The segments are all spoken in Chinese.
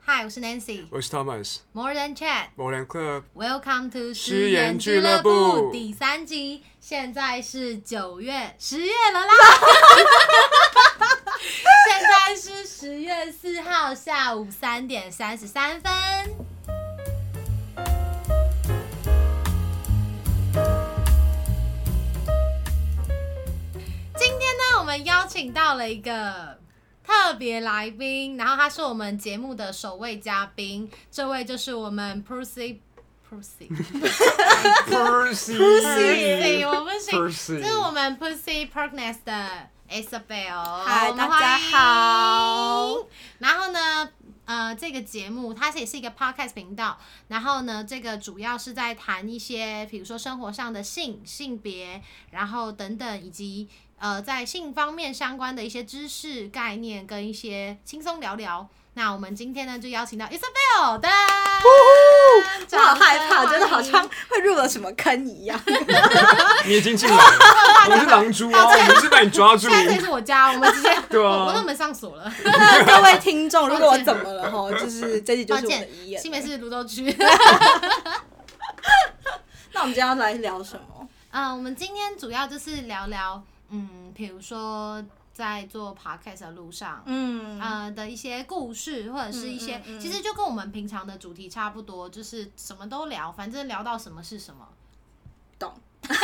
嗨，我是 Nancy。我是 Thomas， More than chat。某人 Club， Welcome to 失言俱乐部第三集，现在是九月十月了啦， 现在是十月四号下午三点三十三分。今天呢，我们邀请到了一个。特别来宾，然后他是我们节目的首位嘉宾，这位就是我们 Percy Percy ，Percy，Percy，我不行，这是我们 Pussy Perkness 的 Isabel，我们欢迎。然后呢，呃，这个节目它也是一个 podcast 频道，然后呢，这个主要是在谈一些，比如说生活上的性、性别，然后等等，以及呃，在性方面相关的一些知识概念跟一些轻松聊聊。那我们今天呢，就邀请到 Isabel 的，我我好害怕，真的好像会入了什么坑一 样。你已经进来了，我们是狼蛛啊，我们是把你抓住， 现在这是我家，我们直接，对啊 我我都门上锁了。那各位听众，如果我怎么了哈，就是这集 就抱是我的歉遗，言新。北市泸州 区。那我们今天要来聊什么？嗯，我们今天主要就是聊聊，嗯，比如说在做 podcast 的路上。嗯呃的一些故事，或者是一些，嗯嗯嗯其实就跟我们平常的主题差不多，就是什么都聊，反正聊到什么是什 么，懂。无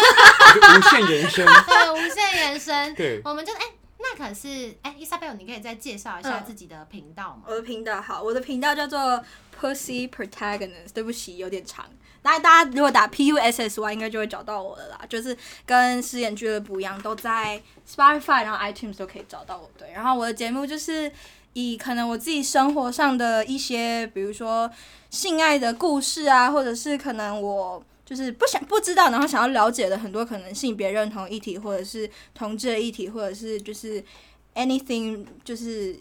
限延伸，对，无限延伸。对， 我们就哎、那可是哎，伊莎贝尔，你可以再介绍一下嗯自己的频道吗？我的频道好，我的频道叫做 Pussy Protagonist。对不起，有点长。那大家如果打 P U S S Y 应该就会找到我了啦，就是跟失言俱乐部一样，都在 Spotify 然后 iTunes 都可以找到我。对，然后我的节目就是以可能我自己生活上的一些，比如说性爱的故事啊，或者是可能我就是不想不知道，然后想要了解的很多可能性别认同议题，或者是同志的议题，或者是就是 anything 就是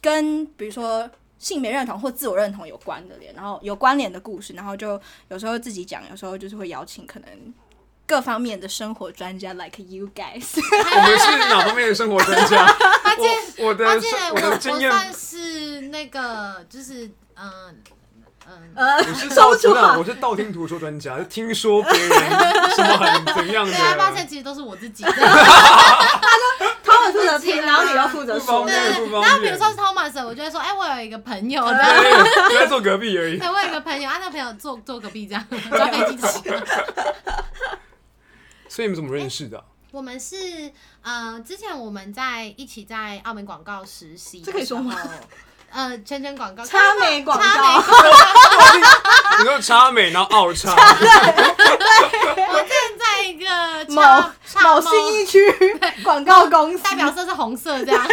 跟比如说性别认同或自我认同有关的联，然后有关联的故事，然后就有时候自己讲，有时候就是会邀请可能各方面的生活专家，like you guys。我们是哪方面的生活专家？我我啊的发现我的我经验，算是那个，就是嗯嗯，呃，我是说道不出听啊，话我。是道听途说专家，就听说别人什么很怎样 对啊，发现的，其实都是我自己。 他们负责听，然后你又负责不方说。便对，不方便然后比如说是 Thomas，我就会说，哎、我有一个朋 友的，对，就在坐隔壁而已对，。我有一个朋友，啊，那朋友坐坐隔壁这样， 坐飞机起。所以你们怎么认识的啊？我们是，呃，之前我们在一起在澳门广告实习，这可以说吗？呃，圈圈广告，插美广告插美广告。你说差美，然后奥差，我之前在一个某插插某信义 区广告公司，代表色是红色 这样，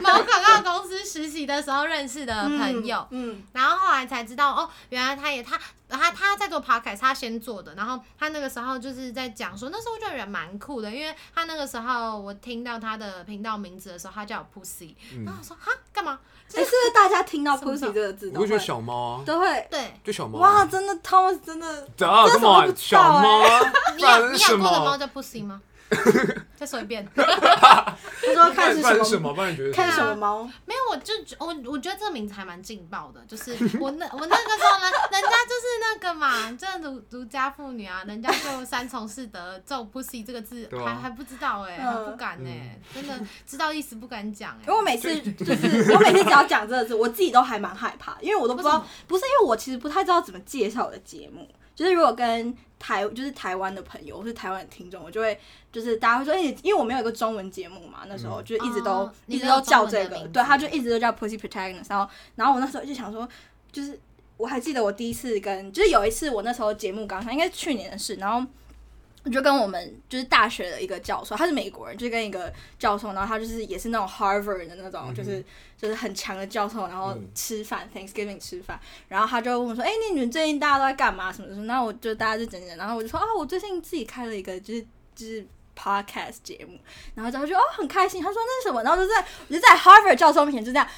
某广告公司实习的时候认识的朋友， 嗯，然后后来才知道哦，原来他也他他他在做 podcast，他先做的。然后他那个时候就是在讲说，那时候我觉得人蛮酷的，因为他那个时候我听到他的频道名字的时候，他叫我 Pussy，、然嗯后我说哈干嘛？哎、是不是大家听到什么 pussy 这个字我都会觉得会小猫啊，都会对，就小猫啊。哇？真的，Thomas 真的对啊这什么，Come on，都不知小道欸猫啊，你不然养是你什养过的猫么？叫 Pussy 吗？ 再说一遍，不知道看是不然是什什么，么？不然你觉得看是是什什么？么猫。没有，我就我我觉得这个名字还蛮劲爆的，就是 我那我那个时候呢，人家就是那个嘛，这儒儒家妇女啊，人家就三从四德，这种 Pussy 这个字对啊嗯还还不知道哎、嗯还不敢哎、真的知道意思不敢讲哎、因为我每次就是我每次只要讲这个字，我自己都还蛮害怕，因为我都不知为道，不是因为我其实不太知道怎么介绍我的节目，就是如果跟台就是台湾的朋友或是台湾的听众，我就会就是大家会说，哎、因为我们有一个中文节目嘛，那时候就一直都、哦一直你没有都叫中文的这个名字，对，他就一直都叫 Pussy Protagonist，然后然后我那时候就想说，就是我还记得我第一次跟就是有一次我那时候节目刚上，应该是去年的事，然后。我就跟我们就是大学的一个教授，他是美国人，就跟一个教授，然后他就是也是那种 Harvard 的那种，嗯哼就是就是很强的教授，然后嗯吃饭、Thanksgiving 吃饭，然后他就问我说：“哎、那你们最近大家都在干嘛？什么什么？”那我就大家就整整，然后我就说：“啊，我最近自己开了一个就是就是 podcast 节目。”然后他就哦很开心，他说那是什么？然后就在我就在 Harvard 教授面前就这样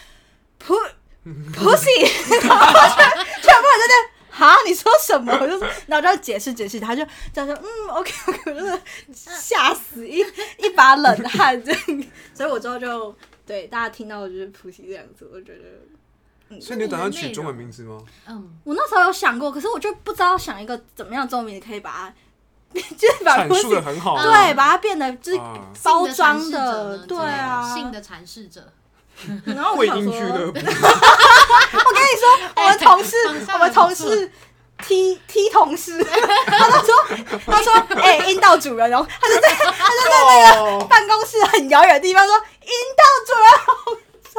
p u pussy，然 后就全部人就在。哈，你说什么？我就说，然后就解释解释，他就这样说，嗯，OK OK，我就是吓死一一把冷汗，这样。所以我之后就对大家听到就是“普西”这样子，我觉得所以你打算取中文名字 吗？嗯，我那时候有想过，可是我就不知道想一个怎么样的中文名字可以把它， 就是把阐述的很好啊，对，把它变得就是啊包装性的阐释者的，呢对啊。性的阐释者，然后我会想英说，俱乐我部，跟你说，我们同事哎，我们同事。踢踢同事，他都说，他说，哎、阴道主人哦，他就在他就在那个办公室很遥远的地方说，阴道主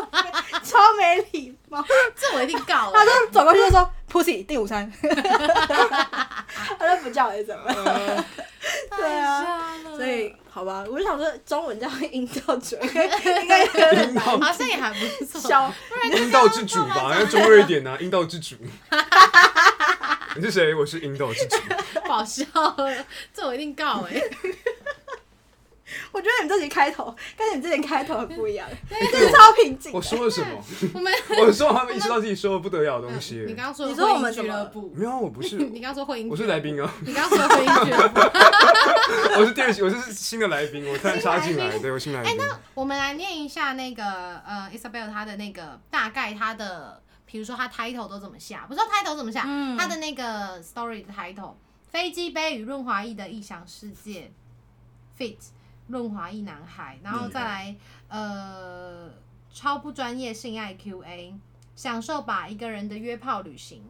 人哦，超没礼貌。这我一定告欸了他。就走过去就说 “pussy 第五餐”，他就不叫也怎么了？ 对啊，太瞎了所以好吧，我就想说中文叫阴道 嘴，应该有点 难好像也还不错。笑。哦阴道之主吧，要中二一点啊，阴道之主。 你是谁？我是阴道 之主。搞笑了，这我一定告哎、我觉得你们这集开头跟你们之前开头很不一样，这是超平静我的。说了什么？我们，我说他们意识到自己说了不得了的东西。你刚刚说你说我们婚姻俱乐部，没有，啊我不 是，你刚刚说婚姻，我是来，宾啊， 你刚刚说婚姻俱乐部。我是第二期，我是新的来宾，我突然插进新来来，宾对我新来哎宾。我们来念一下那个呃，Isabel 她的那个大概她的，比如说她 title 都怎么下，不知道 title 怎么下，嗯她的那个 story 的 title，飞机杯与润滑液的异想世界，fit 润滑液男孩，然后再来、呃，超不专业性爱 QA，享受把一个人的约炮旅行，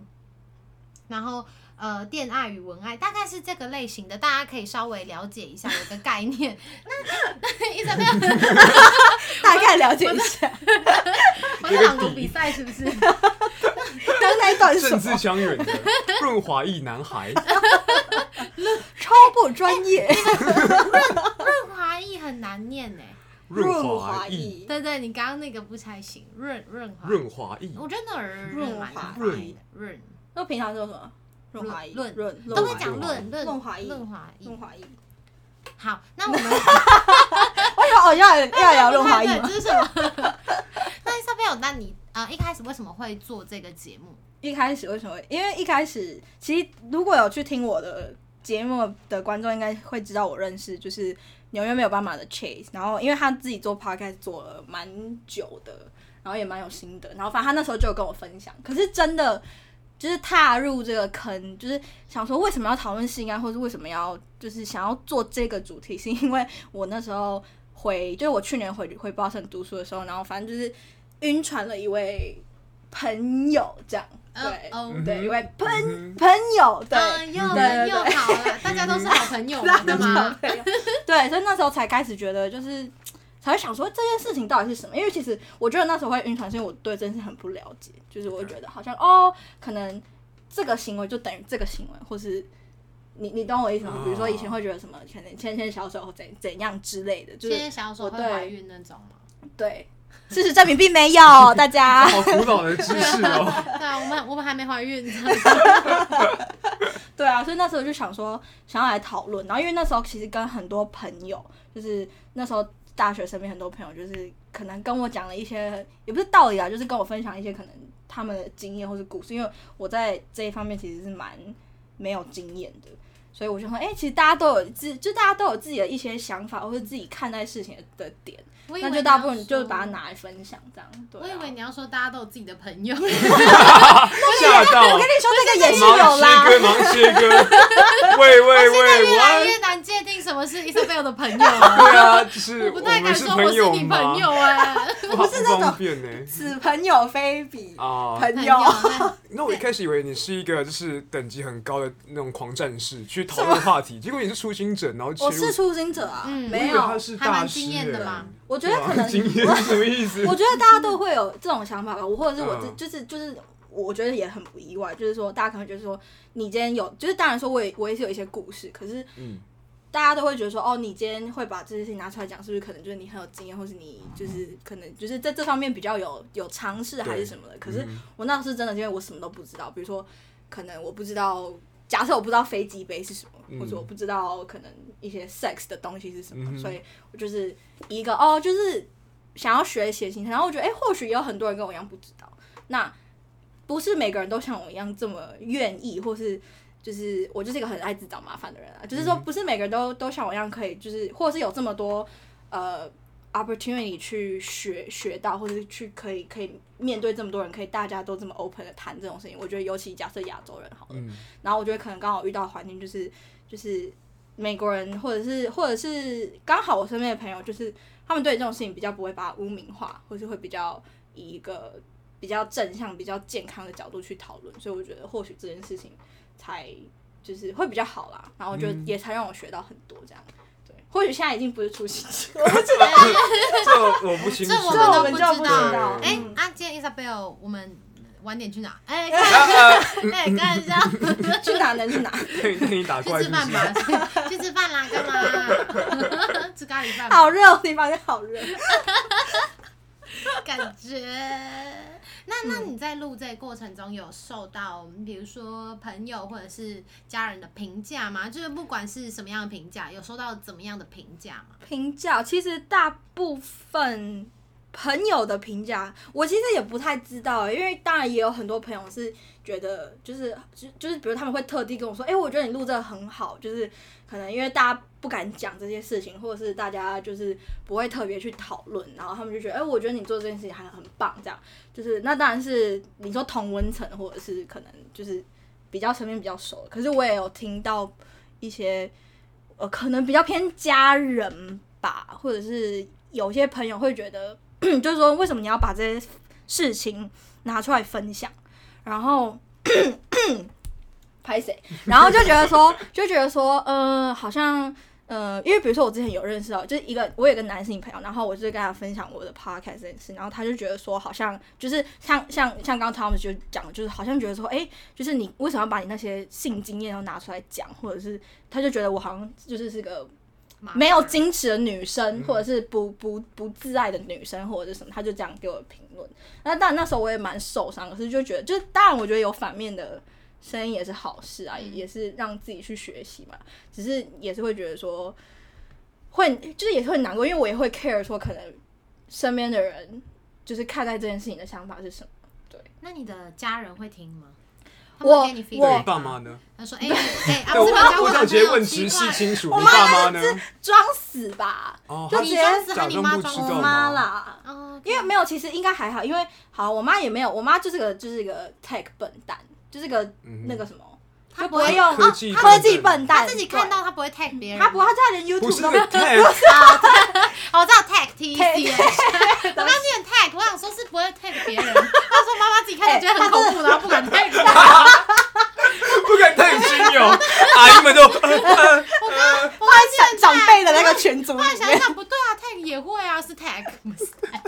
然后。呃，恋爱与文爱大概是这个类型的，大家可以稍微了解一下有个概念。 那 Isabel 大概了解一下， 我是朗读比赛是不是？刚才段什甚么至相远的润滑一男 孩，超不专业，润滑液很难念呢。润滑滑一，液，对对，你刚刚那个不太行，润润滑，润滑一，哦我觉得那儿润蛮滑难发音的润，那平常叫什么？润滑液，润润都会润滑讲润滑润润润滑液润滑润液。滑液。好，那我们 为什么哦要要聊润滑液对吗这？是什么？ 那 i s a b 那你呃一开始为什么会做这个节目？一开始为什么会？因为一开始其实如果有去听我的节目的观众，应该会知道我认识就是纽约没有斑马的 Chase，然后因为他自己做 podcast 做了蛮久的，然后也蛮有心得，然后反正他那时候就有跟我分享，可是真的。就是踏入这个坑，就是想说为什么要讨论性爱，或是为什么要就是想要做这个主题，是因为我那时候回，就是我去年回回 Boston 读书的时候，然后反正就是晕船了一位朋友这样，对，呃哦嗯，对，哼因为朋嗯朋友，对嗯又对对又好 了，大家都是好朋友 嘛，干嘛？对，所以那时候才开始觉得，就是才会想说这件事情到底是什么。因为其实我觉得那时候会晕船，是因为我对这件事很不了解，就是我会觉得好像哦，可能这个行为就等于这个行为，或是。你你懂我意思吗？比如说以前会觉得什么，可能牵牵小手或怎怎样之类的，就今是天小手我会 对怀孕那种吗？对。事实证明并没有，大家。好古老的知识 哦。对啊，我们我们还没怀孕，对啊，所以那时候就想说，想要来讨论。然后因为那时候其实跟很多朋友，就是那时候大学身边很多朋友，就是可能跟我讲了一些，也不是道理啊，就是跟我分享一些可能他们的经验或是故事。因为我在这一方面其实是蛮没有经验的，所以我就说，哎、其实大家都有自，就大家都有自己的一些想法或者自己看待事情的点，我以为 那你就要大部分就是说把它拿来分享这样。对、啊，我以为你要说大家都有自己的朋友， 吓到我跟，你说这个也是有忙啦 切。割，忙切割。喂喂喂，越来我越难界定什么是 Isabel 的朋友 了。对啊，就是我我不太们敢是说我是友你吗朋？友哎、不是不方便呢。此朋友非彼 啊，朋朋友友。哎那我一开始以为你是一个就是等级很高的那种狂战士，去讨论话题，结果你是初心者，然后切我入是初心者啊，嗯我没以有为，他是还大蛮师惊艳的吧欸我觉得可 哇能，惊艳是什么意思？我觉得大 家都会有这种想法吧。我或者是我自嗯就是就是，我觉得也很不意外，就是说大家可能觉得说，你今天有，就是当然说我也我也是有一些故事，可是嗯，大家都会觉得说，哦，你今天会把这些事情拿出来讲，是不是可能就是你很有经验，或是你就是可能就是在这方面比较有有尝试还是什么的。可是嗯我那是真的，因为我什么都不知道，比如说可能我不知道。假设我不知道飞机杯是什么，嗯或者我不知道可能一些 sex 的东西是什么，嗯哼所以我就是一个哦，就是想要学写心态，然后我觉得哎、诶或许也有很多人跟我一样不知道，那不是每个人都像我一样这么愿意，或是就是我就是一个很爱自找麻烦的人啊，就是说嗯不是每个人都都像我一样可以，就是或是有这么多呃 opportunity 去学学到，或者是去可以可以面对这么多人，可以大家都这么 open 的谈这种事情。我觉得尤其假设亚洲人好了，嗯，然后我觉得可能刚好遇到的环境就是就是美国人，或者是或者是刚好我身边的朋友，就是他们对这种事情比较不会把它污名化，或是会比较以一个比较正向、比较健康的角度去讨论，所以我觉得或许这件事情才就是会比较好啦。然后我觉得嗯也才让我学到很多这样。对，或许现在已经不是初心者，这我不清楚。 啊这我这我们们不就不知知道道。哎嗯，啊，今天 Isabel，我们晚点去哪？哎，啊看啊哎，看一下，去哪能去哪。那你那你打怪去是吃不饭是？吧， 去吃饭啦，干嘛？ 吃咖喱饭吧，好热，哦地方就好热。感觉。那那你在录这个过程中有受到，比如说朋友或者是家人的评价吗？就是不管是什么样的评价，有受到怎么样的评价吗？评价其实大部分朋友的评价，我其实也不太知道，欸因为当然也有很多朋友是觉得，就是就就是，比如他们会特地跟我说，哎、我觉得你录这个很好，就是可能因为大家不敢讲这些事情，或者是大家就是不会特别去讨论，然后他们就觉得，哎、我觉得你做这件事情还很棒，这样就是那当然是你说同温层，或者是可能就是比较身边比较熟的，可是我也有听到一些。呃，可能比较偏家人吧，或者是有些朋友会觉得， 就是说为什么你要把这些事情拿出来分享，然后 拍谁，然后就觉得说，就觉得说，呃，好像。呃，因为比如说我之前有认识到，就是一个我有一个男性朋友，然后我就是跟他分享我的 podcast 这件事，然后他就觉得说，好像就是像像像刚刚 Thomas 就讲，就是好像觉得说，哎、就是你为什么要把你那些性经验都拿出来讲，或者是他就觉得我好像就是是个麻烦没有矜持的女生，嗯或者是不不不自爱的女生，或者是什么，他就这样给我评论。那当然那时候我也蛮受伤，可是就觉得，就是当然我觉得有反面的声音也是好事啊，也也是让自己去学习嘛。只是也是会觉得说，会就是也是会难过，因为我也会 care 说可能身边的人就是看待这件事情的想法是什么。那你的家人会听吗？他我们会给你我对 feedback 你爸妈呢？他说：“哎、哎、啊， 对，不我是把我我男想直朋接友问奇直系怪，清楚，我你妈爸妈呢？装死吧，哦，就他你直接装死和假你装妈不装知死道吗？我妈啦。哦，因为没有，其实应该还好，因为好，我妈也没有，我妈就是个就是个 tech 笨蛋，就是个、嗯那个什么，她就不不会会用科技科技笨蛋，她自己看到她不会 tag 别人，对，她不，她她连不是 YouTube 那都个没 tag，哦，我知道 tag T tag C，我 刚念 tag，我想说是不会 tag 别人，她说妈妈自己哎看起来觉得很恐怖，然后不 敢 tag 别人。不敢 tag 亲友，哦阿姨们都呃我还长长辈的那个群组后来里想面，想不对啊，tag 也会啊，是 tag，不是 tag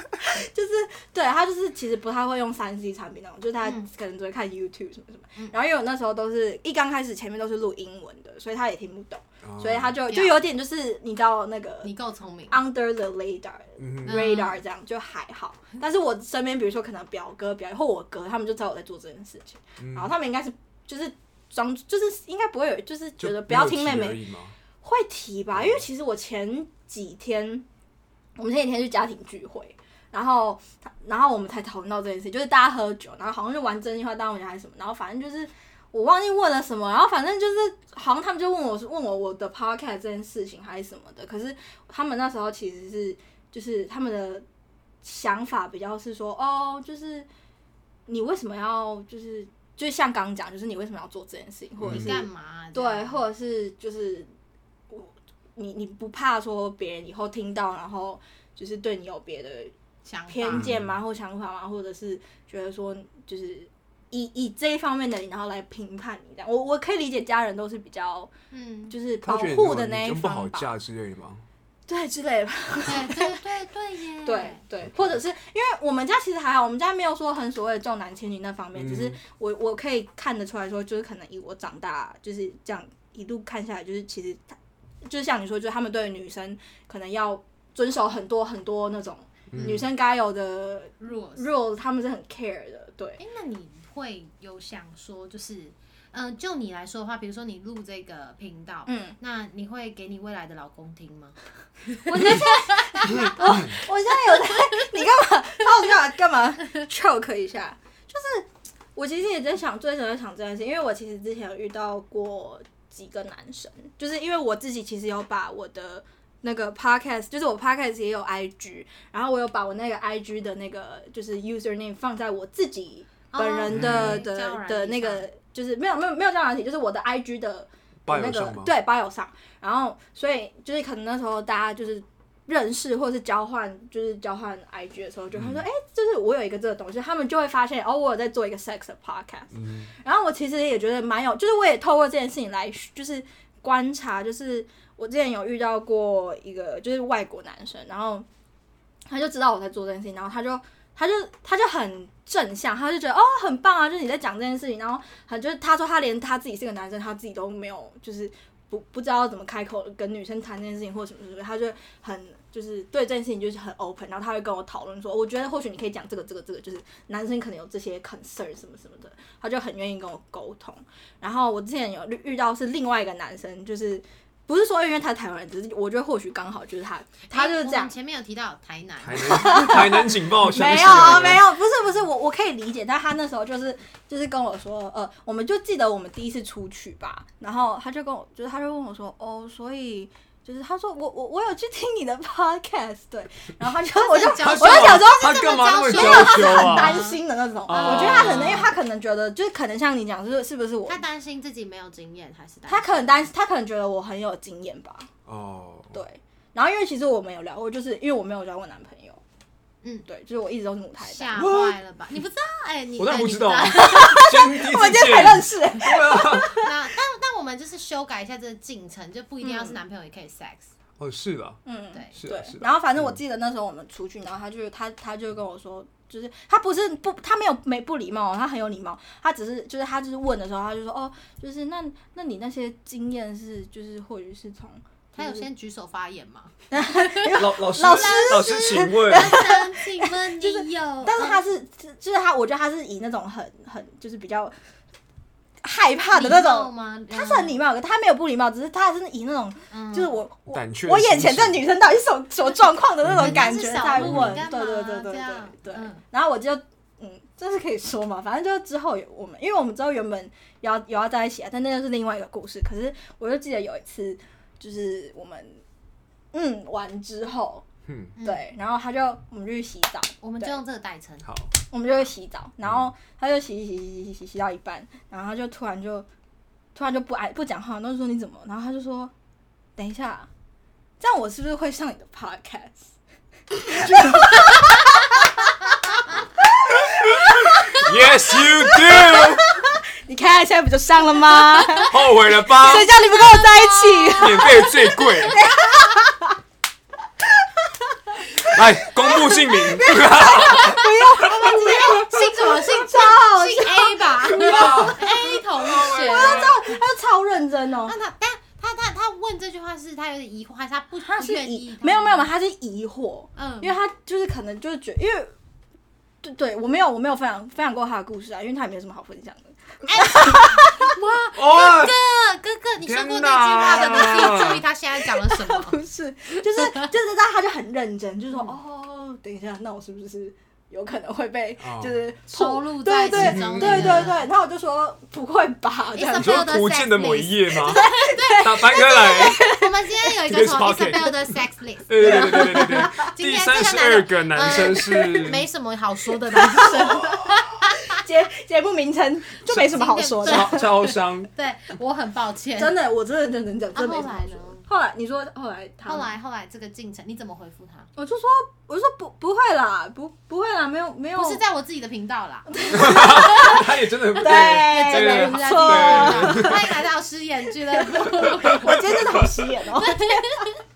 就是对她就是其实不太会用三 C 产品那种，就是她嗯可能只会看 YouTube 什么什么。嗯然后因为我那时候都是一刚开始前面都是录英文的，所以她也听不懂，呃， 所以她就嗯就有点就是你知道那个你够聪明， under the radar 嗯哼 radar 这样就还好。但是我身边，比如说可能表哥、表姐或我哥，他们就知道我在做这件事情，然后嗯，他们应该是就是装，就是应该不会有，就是就觉得不要没有听提妹而妹已吗会提吧，因为其实我前几天，我们前几天去家庭聚会。然后，然后我们才讨论到这件事，就是大家喝酒，然后好像就玩真心话大冒险还是什么，然后反正就是我忘记问了什么，然后反正就是好像他们就问我是问我我的 podcast 这件事情还是什么的，可是他们那时候其实是就是他们的想法比较是说，哦，就是你为什么要就是就像刚刚讲，就是你为什么要做这件事情，或者你是干嘛啊、这对，样或者是就是我你你不怕说别人以后听到，然后就是对你有别的想法偏见嗯吗，或想法吗，或者是觉得说就是以以这一方面的你，然后来评判你这样，我我可以理解家人都是比较嗯，就是他保觉得护你的你那一就不方好吧，嫁之类的吗？对之类的吧。对对对对耶， 对对，或者是因为我们家其实还好，我们家没有说很所谓的重男轻女那方面，嗯只是我我可以看得出来说，就是可能以我长大就是这样一路看下来，就是其实他就是像你说，就是他们对女生可能要遵守很多很多那种嗯女生该有的弱 rule，他们是很 care 的，对。哎、那你会有想说，就是，嗯、就你来说的话，比如说你录这个频道，嗯，那你会给你未来的老公听吗？我现在有 在，你干嘛？那我干嘛干嘛 choke 一下？就是我其实也在想，最近在想这件事，因为我其实之前有遇到过几个男生，就是因为我自己其实有把我的那个 podcast，就是我 podcast 也有 IG，然后我有把我那个 IG 的那个就是 username 放在我自己本人的、 哦交友的软的体那上个，就是没有没有没有这样软体，就是我的 IG 的八那友个上吗？对吧友上，然后所以就是可能那时候大家就是认识或是交换，就是交换 IG 的时候，就他说哎、诶就是我有一个这个东西，他们就会发现哦，我有在做一个 sex 的 podcast，、嗯然后我其实也觉得蛮有，就是我也透过这件事情来就是观察，就是我之前有遇到过一个就是外国男生，然后他就知道我在做这件事情，然后他就。他就他就很正向，他就觉得哦很棒啊，就是你在讲这件事情，然后他就是他说他连他自己是个男生，他自己都没有就是不不知道怎么开口跟女生谈这件事情或什么什么，他就很就是对这件事情就是很 open，然后他会跟我讨论说，哦我觉得或许你可以讲这个这个这个，就是男生可能有这些 concern 什么什么的，他就很愿意跟我沟通。然后我之前有遇遇到是另外一个男生，就是不是说因为他台湾人，只是我觉得或许刚好就是他，他就是哎诶这我样们。前面有提到台南，台 南台南警报响没起有啊来没了。有，不是不是，我我可以理解，但他那时候就是就是跟我说，呃，我们就记得我们第一次出去吧，然后他就跟我，就是他就问我说，哦，所以。就是他说我我我有去听你的 podcast，对，然后他就我就我就他想是说说他干嘛那么这娇么没有，他是羞很啊担？心的那种。哦我觉得他可能，因为他可能觉得，就是可能像你讲，就是是不是我他，担心自己没有经验还是担心他可能担，他可能觉得我很有经验吧，哦，对。然后因为其实我没有聊过，就是因为我没有交过男朋友，嗯对，就是我一直都是母胎单。吓 坏了吧？你不知道哎、你我当然不对知道啊你，今天第一我们次今天才见，啊认识、欸那但但我们就是修改一下这个进程，就不一定要是男朋友也可以 sex。哦，是啦，嗯，对是对啊是，啊然后反正我记得那时候我们出去，然后他就他他就跟我说，就是他不是不他没有没不礼貌哦，他很有礼貌，他只是就是他就是问的时候，他就说哦，就是那那你那些经验是就是或许是从他有先举手发言 吗？老老师老师老师，请 问想请问你有？但是他是就是他，我觉得他是以那种很很就是比较害怕的那礼貌种。吗？他是很礼貌，可他没有不礼貌，只是他是以那种、嗯，就是我我胆怯的我眼前心这情女生到底什么什么状况的那种人家感是觉小在鹿问嗯你，干对对对嘛对这对样对。嗯然后我就嗯，这是可以说嘛，反正就是之后有我们，因为我们之后原本也要也要在一起啊，但那就是另外一个故事。可是我就记得有一次，就是我们嗯完之后，嗯，嗯对，然后他就我们就去洗澡，我们就对用这个代 称。好，我们就去洗澡，然后他就洗洗洗洗洗洗洗到一半，然后他就突然就突然就不爱不讲话，然后就说你怎么？然后他就说等一下，这样我是不是会上你的 podcast？ Yes, you do！你看现在不就上了吗？谁后悔了吧？叫你不跟我在一起？免费最贵。来，公布姓名。 姓什么？姓超好笑姓 A 吧，A 同学。他就超认真哦那，他但他他他问这句话是他有点疑惑，还是他不他不是愿疑意？没有没有，没有他是疑惑，嗯，因为他就是可能就是觉因为。对对，我没有我没有分享分享过他的故事啊，因为他也没有什么好分享的。哦哇，哦，呃哥哥哥，你说过这句话的，你天哪自己注意他现在讲了什 他么。不是， 就是就是，但他就很认真，就说、嗯哦，等一下，那我是不是有可能会被哦就是收曝录在对对其中对的对对，然后我就说不会吧，这样你子。说图鉴的某一页吗？打翻开来。我们今天有一个 Today's 从 pocket Isabel 的 sex list，对对对对对对今第天三这十个男的呃二个男生是 没什么好说的男生。节节目名称就没什么好说的，超超商，对我很抱歉。真的，我真的认真讲，真的啊后没什么来好呢说的。后来你说后来他，后来后来这个进程，你怎么回复他？我就说我就说不不会啦，不不会啦，没有没有，不是在我自己的频道啦，他也真的对，真对的对不不对是错在自己的 对频道。欢迎来到失言俱 乐部。我今天真的好失言哦，，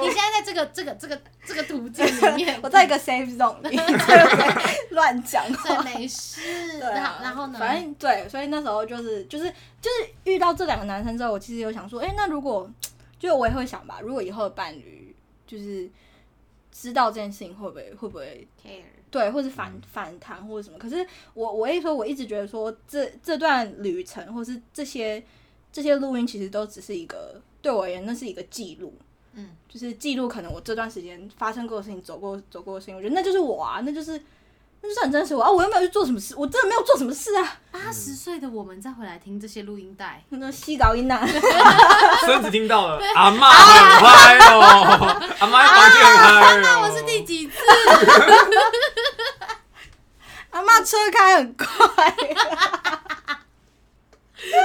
你现在在这个这个这个这个途径里面我在一个 safe zone 里对乱讲话所以。没事。对啊然后然后呢？反正对，所以那时候就是就是就是遇到这两个男生之后，我其实有想说，哎、那如果就我也会想吧，如果以后的伴侣就是知道这件事情，会不会会不会 care 对，或是反反弹或者什么？可是我我一说，我一直觉得说这这段旅程，或是这些这些录音，其实都只是一个对我而言，那是一个记录。嗯，就是记录可能我这段时间发生过的事情，走过走过的事情，我觉得那就是我啊，那就是那就是很真实我啊，我又没有去做什么事，我真的没有做什么事啊。八十岁的我们再回来听这些录音带，那西搞音呐， 孙子听到了，阿妈很嗨哦，阿妈房间很嗨哦。那我是第几次？阿妈车开很快。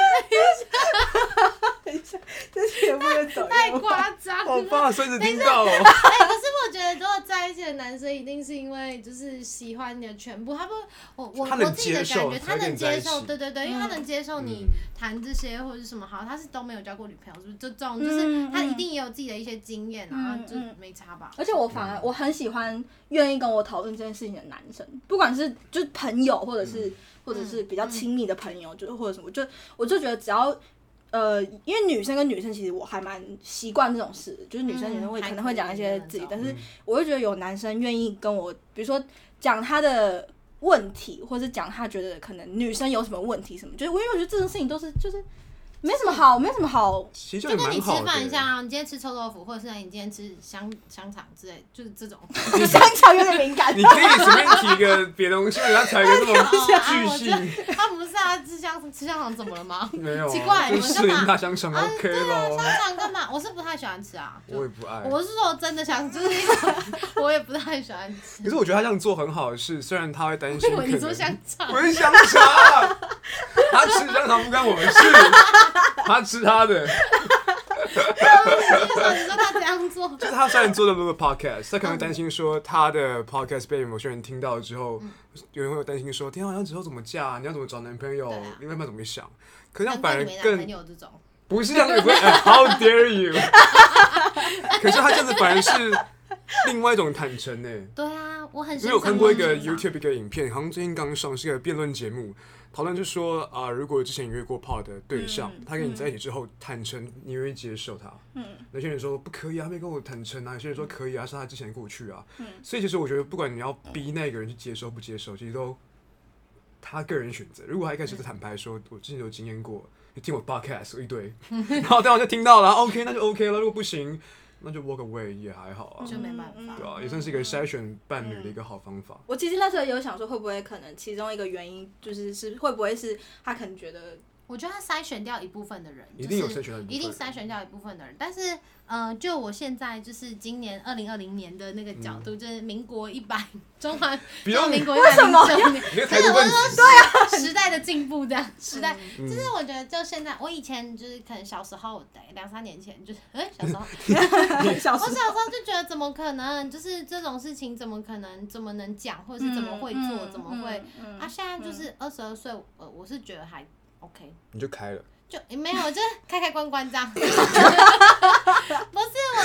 等一下，这节目又 走太音了夸张我了。爸孙子听到了，哎、可是我觉得，如果在一起的男生，一定是因为就是喜欢你的全部，他不，我我他我能自己的接受感觉，他才跟能你在接一受，起对对对，因为他嗯能接受你嗯谈这些或者什么好，他是都没有交过女朋友，是不是？就这种，就是嗯他一嗯定也有自己的一些经验啊，嗯就嗯没差吧。而且我反嗯而我很喜欢愿意跟我讨论这件事情的男生，不管是就是朋友，或者嗯是、或者是比较亲密的朋友，就是或者什么，就我就觉得只要呃，因为女生跟女生其实我还蛮习惯这种事，就是女生嗯女生会还可能可会以讲一些自己那，种但是嗯我会觉得有男生愿意跟我，比如说讲他的。问题，或是讲他觉得可能女生有什么问题什么，就是我因为我觉得这种事情都是就是没什么好，没什么好其实这就样跟也你蛮吃好的欸饭一样啊，你今天吃臭豆腐，或者是你今天吃香香肠之类，就是这种。 香肠有点敏感。你可以随便提一个别的东西，然后才有一个 这 哦么巨啊细，他不是啊，吃香吃香肠怎么了 吗？没有啊，奇怪就你们干是嘛大香肠啊 OK 对啊，咯。香肠干嘛？我是不太喜欢吃啊。就我也不爱。我是说真的想，就是一种我也 不太喜欢吃。可是我觉得他这样做很好的是，虽然他会 担心为可能，你说香肠 我，是香肠，啊他吃香肠不干我们事，他吃他的。你说你说他这样做，就是他虽然做了录个 podcast，他可能会担心说他的 podcast 被某些人听到之后，嗯有人会担心说：天啊，那之后怎么嫁？你要怎么找男朋友对啊？另外一半怎么想？可是他难反怪而你没男更朋友这种。不是这样的， 不是、哎 How dare you！可是他这样子反而是另外一种坦诚呢、对啊，我很因欣赏为我看过一我个很欣赏啊 YouTube 一个影片，好像最近刚上，是一个辩论节目，讨论就说啊、如果之前约过炮的对象，嗯他跟你在一起之后坦诚，你愿意接受他？嗯，有些人说不可以啊，他没跟我坦诚啊，有些人说可以啊，是他之前过去啊。嗯，所以其实我觉得，不管你要逼那个人去接受不接受，其实都他个人选择。如果他一开始就坦白说，我之前有经验过，就听我 podcast 一堆， 然后对方就听到了，OK，那就 OK 了。如果不行，那就 walk away 也还好啊。就没办嗯嗯法对。啊，也算是一个筛选伴侣的一个好方法。我其实那时候也有想说，会不会可能其中一个原因就是是会不会是他可能 觉得，我觉得他筛选掉一部分的人，一定有嗯就是筛选到一部分一定筛选掉一部分的人。但是，呃，就我现在就是今年二零二零年的那个角嗯度，就是民国一百中华不中用华民国一百零九年，没真有态的度我问是题，说 时时代的进步，这样时代嗯就是我觉得就现在，我以前就是可能小时候，对两三年前就是，哎、小时候小我小时时候就觉得怎么可能，就是这种事情怎么可能，怎么能讲，或者是怎么会做，怎么会？？嗯啊，现在就是二十二岁，呃，我是觉得还 OK，你就开了。就、也没有，就是开开关关这样。不 是，我觉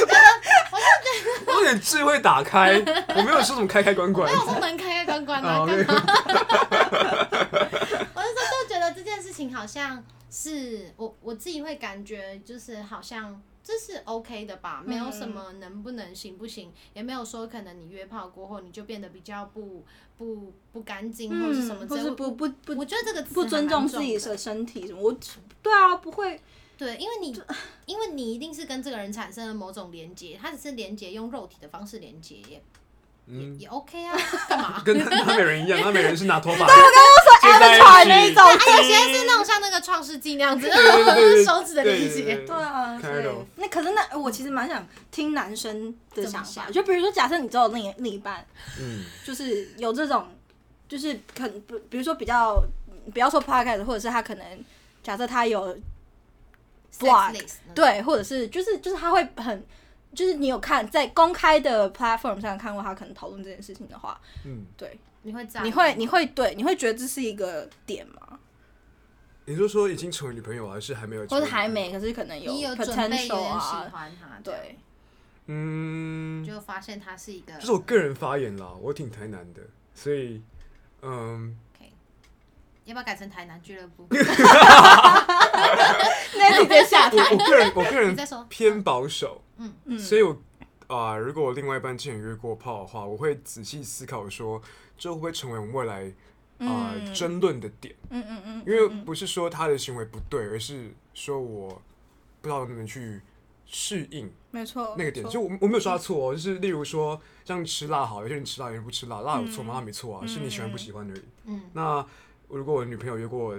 得我有点智慧打开，我没有说什么开开关关没。有说能开开关关啊啊，干，OK 嘛？我是说，就觉得这件事情好像是我我自己会感觉，就是好像这是 OK 的吧，没有什么能不能行不行，也没有说可能你约炮过后你就变得比较不不不干净或者什么之嗯，或类是的。不不我不我觉得这个词不尊重还蛮自己重的的身体什么，我对啊，不会，对，因为你因为你一定是跟这个人产生了某种连接，他只是连接用肉体的方式连接，也也嗯，也 OK 啊， 干嘛？跟纳美人一样，纳美人是拿头发 a 接 v 在 a 一 t a 起。那一种，啊，有些是那种像那个创世纪那样子，对对对对手指的连对对接。对对啊，所以 Kind of 那可是那我其实蛮想听男生的想怎么法，想就比如说假设你只有另一另一半，嗯，就是有这种，就是可能不，比如说比较，嗯不要说 podcast，或者是他可能假设他有 Sex Block， list 那种对，或者是就是就是他会很，就是你有看在公开的 platform 上看过他可能讨论这件事情的话，嗯，对，你会这样？你会你会对你会觉得这是一个点吗？你就说已经成为女朋友还是还没有？或者还。没，可是可能嗯你有准备有 potential 点喜啊，欢他， 对，嗯，就发现他是一个这是我个人发言啦，我挺台南的，所以嗯， OK。要不要改成台南俱乐 部？那你在下我台，我个人我个你人再说偏保守，嗯，所以我啊、如果我另外一半之前约过炮的话，我会仔细思考说，这会不会成为我们未来啊、嗯争论的点？嗯嗯嗯，因为不是说他的行为不对，而是说我不知道能不能去适应哦没错，嗯那个点。就我我没有说他错哦，就是例如说像吃辣好，有些人吃辣，有些人不吃辣，辣有错嗯吗？辣没错啊，是你喜欢不喜欢而已。嗯，那如果我女朋友约过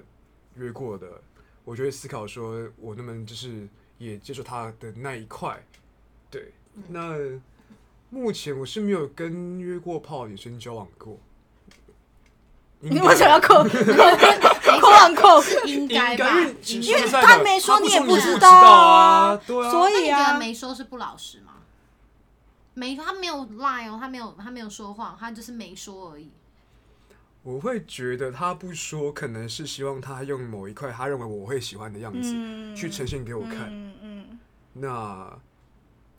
约过的，我就会思考说，我能不能就是也接受她的那一块。对，嗯那目前我是没有跟约过炮的女生交往过。 你为什么要扣扣上扣？应应该吧？因为应说该实在的他没说她不你说也你不不知知道啊，对啊，所那以你觉啊得，没说是不老实吗？没，他没有 lie 哦，他没有，他没有说谎，他就是没说而已。我会觉得他不说，可能是希望他用某一块他认为我会喜欢的样子、嗯去呈现给我看。嗯嗯，那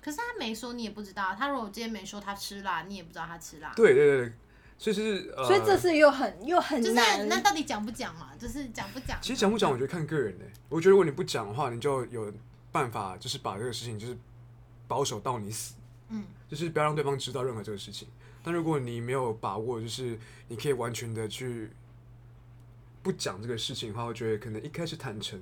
可是他没说，你也不知道。啊他如果今天没说他吃辣，你也不知道他吃辣。对对对，对所以是呃，所以这是又很又很就是难那。到底讲不讲嘛？就是讲不讲？其实讲不讲，我觉得看个人呢、我觉得如果你不讲的话，你就有办法，就是把这个事情就是保守到你死，嗯，就是不要让对方知道任何这个事情。但如果你没有把握，就是你可以完全的去不讲这个事情的话，我觉得可能一开始坦诚，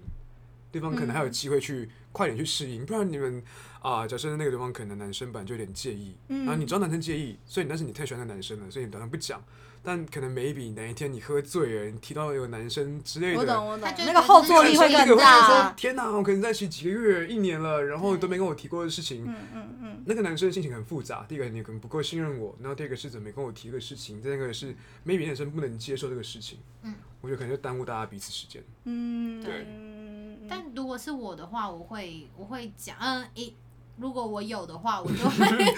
对方可能还有机会去快点去适应，不然你们啊、假设那个对方可能男生本来就有点介意，然后你知道男生介意，所以但是你太喜欢那男生了，所以你打算不讲，但可能 maybe 哪一天你喝醉了，你提到有男生之类的，我懂我懂他就，那个后觉坐得力是会那更个会觉得大说。天哪，我可能在一起几个月、一年了，然后都没跟我提过的事情。嗯嗯嗯。那个男生的心情很复杂，第一个你可能不够信任我，然后第二个是怎么没跟我提这个事情，第三个是 maybe 那男生不能接受这个事情。嗯。我觉得可能就耽误大家彼此 时间。嗯，对嗯但如果是我的话，我会我会讲，嗯，一如果我有的话，我 就会，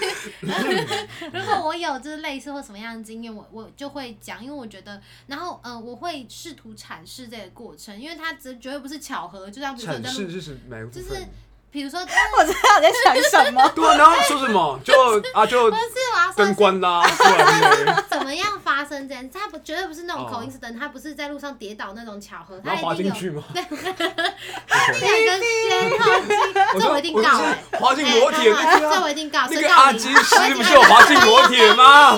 如果我有就是类似或什么样的经验，我我就会讲，因为我觉得，然后嗯、呃我会试图阐释这个过程，因为它绝绝对不是巧合，就像比如说阐我释在，是指哪个部分？。就是比如说，哦不我知道你在想什么 对啊，然后说什 么就啊就是我要说灯关啦，对啊，怎么样发生这件事，它不绝对不是那种哦 coincidence，它不是在路上跌倒那种巧合，它然后滑一定进有去吗？两个 先后经，这我我说一定告哎。我说滑进裸体哎好好那个这啊我一定告，那身个高阿零基师不是有滑进裸体吗？ 我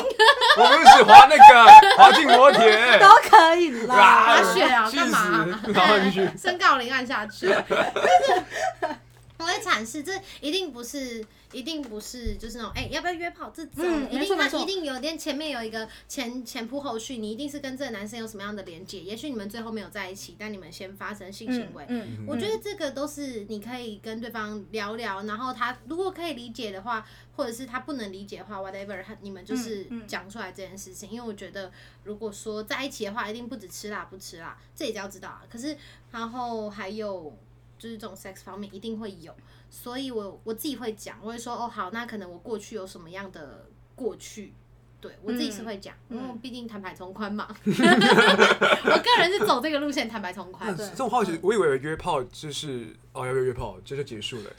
们只滑那个滑进裸体。都可以滑啦，雪啊，气干嘛啊哎死？ 然后你 去身高铃按下去。 就是 我会阐释，这一定不是，一定不是，就是那种，哎、要不要约炮？这种、嗯一没定错它没错一定有点前面有一个前前仆后续，你一定是跟这个男生有什么样的连接？也许你们最后没有在一起，但你们先发生性行为，嗯我觉得这个都是你可以跟对方聊聊，然后他如果可以理解的话，或者是他不能理解的话，whatever，他你们就是嗯嗯讲出来这件事情。因为我觉得，如果说在一起的话，一定不止吃辣不吃辣，这也要知道啊。可是，然后还有就是这种 sex 方面一定会有，所以我我自己会讲，我会说哦好，那可能我过去有什么样的过去。对我自己是会讲，嗯因为毕竟坦白从宽 嘛， 我个人是走这个路线，坦白从 宽。这种好奇，我以为约炮就是哦，要不要约炮，这就结束了。